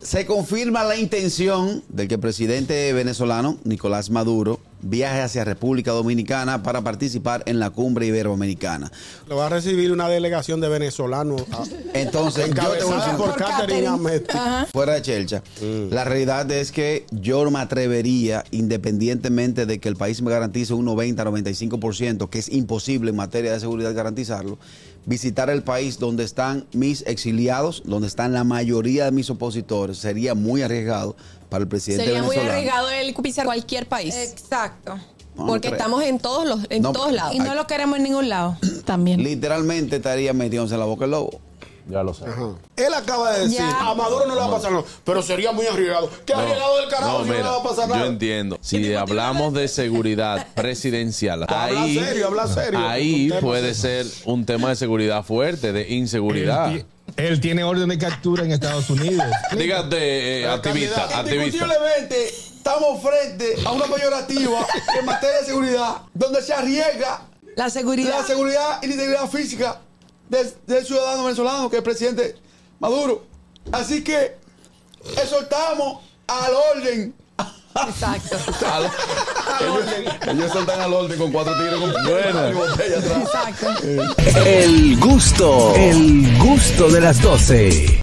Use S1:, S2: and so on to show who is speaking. S1: se confirma la intención del que el presidente venezolano Nicolás Maduro viaje hacia República Dominicana para participar en la cumbre iberoamericana.
S2: Lo va a recibir una delegación de venezolanos ah,
S1: Entonces, yo te voy a
S2: encabezada
S1: decir-
S2: por Catherine Ametti.
S1: fuera de chelcha, la realidad es que yo no me atrevería, independientemente de que el país me garantice un 90-95%, que es imposible en materia de seguridad garantizarlo, visitar el país donde están mis exiliados, donde están la mayoría de mis opositores, sería muy arriesgado para el presidente
S3: Sería muy
S1: venezolano.
S3: arriesgado el pisar cualquier país.
S4: Exacto.
S1: No, no
S3: porque
S1: creo.
S3: estamos en todos los, en
S1: No,
S3: todos lados.
S4: Y no lo queremos en ningún lado.
S5: También.
S1: Literalmente estaría metiéndose en la boca el lobo.
S6: Ya lo sabes.
S2: Él acaba de decir,
S4: Ya.
S2: a Maduro no le va a pasar nada, pero sería muy arriesgado. ¿Qué arriesgado del carajo si no le va a pasar nada?
S6: yo entiendo. Si hablamos de seguridad presidencial,
S2: Habla
S6: ahí,
S2: serio, habla serio.
S6: ahí
S2: Un tema
S6: puede ser un tema de seguridad fuerte, de inseguridad.
S7: Él, ti- él tiene orden de captura en Estados Unidos.
S6: Dígate, eh,
S2: La
S6: activista,
S2: calidad.
S6: activista.
S1: Indiscutiblemente estamos frente a una peyorativa en materia de seguridad, donde se arriesga
S4: La seguridad.
S1: la seguridad y la integridad física del, del ciudadano venezolano, que es el presidente Maduro. Así que exhortamos al orden.
S3: Exacto.
S1: Ellos saltan al orden con cuatro tigres con
S6: Bueno.
S1: botella atrás.
S3: Exacto.
S8: El gusto, el gusto de las 12.